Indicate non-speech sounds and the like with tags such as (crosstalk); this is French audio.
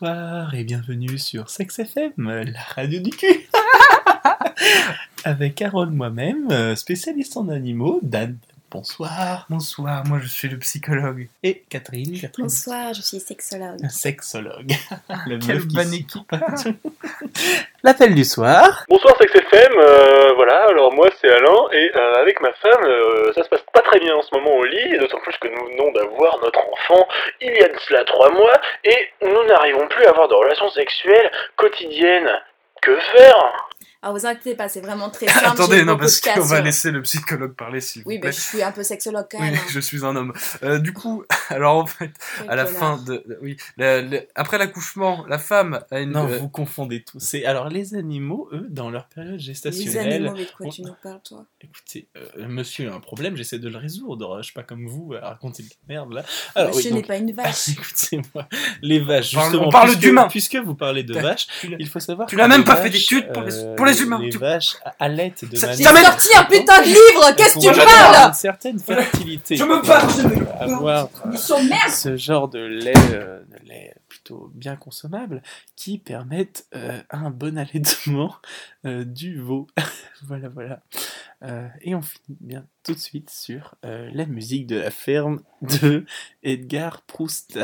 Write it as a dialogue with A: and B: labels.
A: bonsoir et bienvenue sur Sex FM, la radio du
B: (laughs)
A: cul. Avec Harold moi-même, euh, spécialiste en animaux, Dan, bonsoir.
B: Bonsoir, moi je suis le psychologue.
A: Et Catherine, Catherine
C: Bonsoir, je suis sexologue.
B: Ah. (laughs)
A: sexologue. Le
B: Quelle
A: meuf qui
B: bonne
A: se-
B: équipe (laughs)
A: L'appel du soir.
D: Bonsoir Sex FM, euh, voilà, alors moi c'est Alain et euh, avec ma femme euh, ça se passe pas très bien en ce moment au lit, d'autant plus que nous venons d'avoir notre enfant il y a de cela trois mois et nous n'arrivons plus à avoir de relations sexuelles quotidiennes. Que faire
C: Alors Ah, vous inquiétez pas, c'est vraiment
B: (laughs)
C: très simple. j'ai
B: Attendez, non,
C: beaucoup
B: parce
C: de cas
B: qu'on va
C: sur-
B: laisser le psychologue parler s'il vous
C: Oui,
B: plaît.
C: mais je suis un peu sexologue quand
B: Oui, (laughs)
C: même. hein. euh,
B: je suis un homme. Euh, du coup, (laughs) alors en fait,
C: Quel
B: à la
C: connard.
B: fin de, de- oui, la- la- après l'accouchement, la femme a une.
A: Non,
B: euh,
A: vous confondez tout. C'est alors les animaux, eux, dans leur période
C: Les
A: gestationnelle.
C: animaux, mais de quoi tu nous parles, toi
A: Écoutez, euh, monsieur a un problème, j'essaie de le résoudre. Je suis pas comme vous à raconter de la merde là.
B: Ah,
C: Je
A: oui,
C: n'ai
A: donc-
C: pas une vache.
A: Ah, (laughs) Écoutez-moi, les vaches,
B: Parle- on
A: justement.
B: parle
A: puisque-
B: d'humains.
A: Puisque vous parlez de
B: T'as-
A: vaches,
B: tu l'as-
A: il faut savoir.
B: tu
A: que
B: l'as même
A: les
B: pas fait
A: vaches, euh,
B: d'études pour les- pour les humains,
A: Les
B: tu-
A: vaches allaitent de
B: Ah, Ça-
A: manière.
C: J'ai
B: Jamais-
C: sorti un putain de livre, qu'est-ce que tu
A: Elles ont
C: parles
A: une certaine fertilité.
B: Je me
A: Pour
B: bats, je me-
A: Avoir
C: Ils sont merdes
A: ce genre de lait, euh, de lait plutôt bien consommable qui permettent euh, un bon allaitement euh, du veau. (laughs) voilà, voilà. Euh, et on finit bien tout de suite sur euh, la musique de la ferme de Edgar Proust.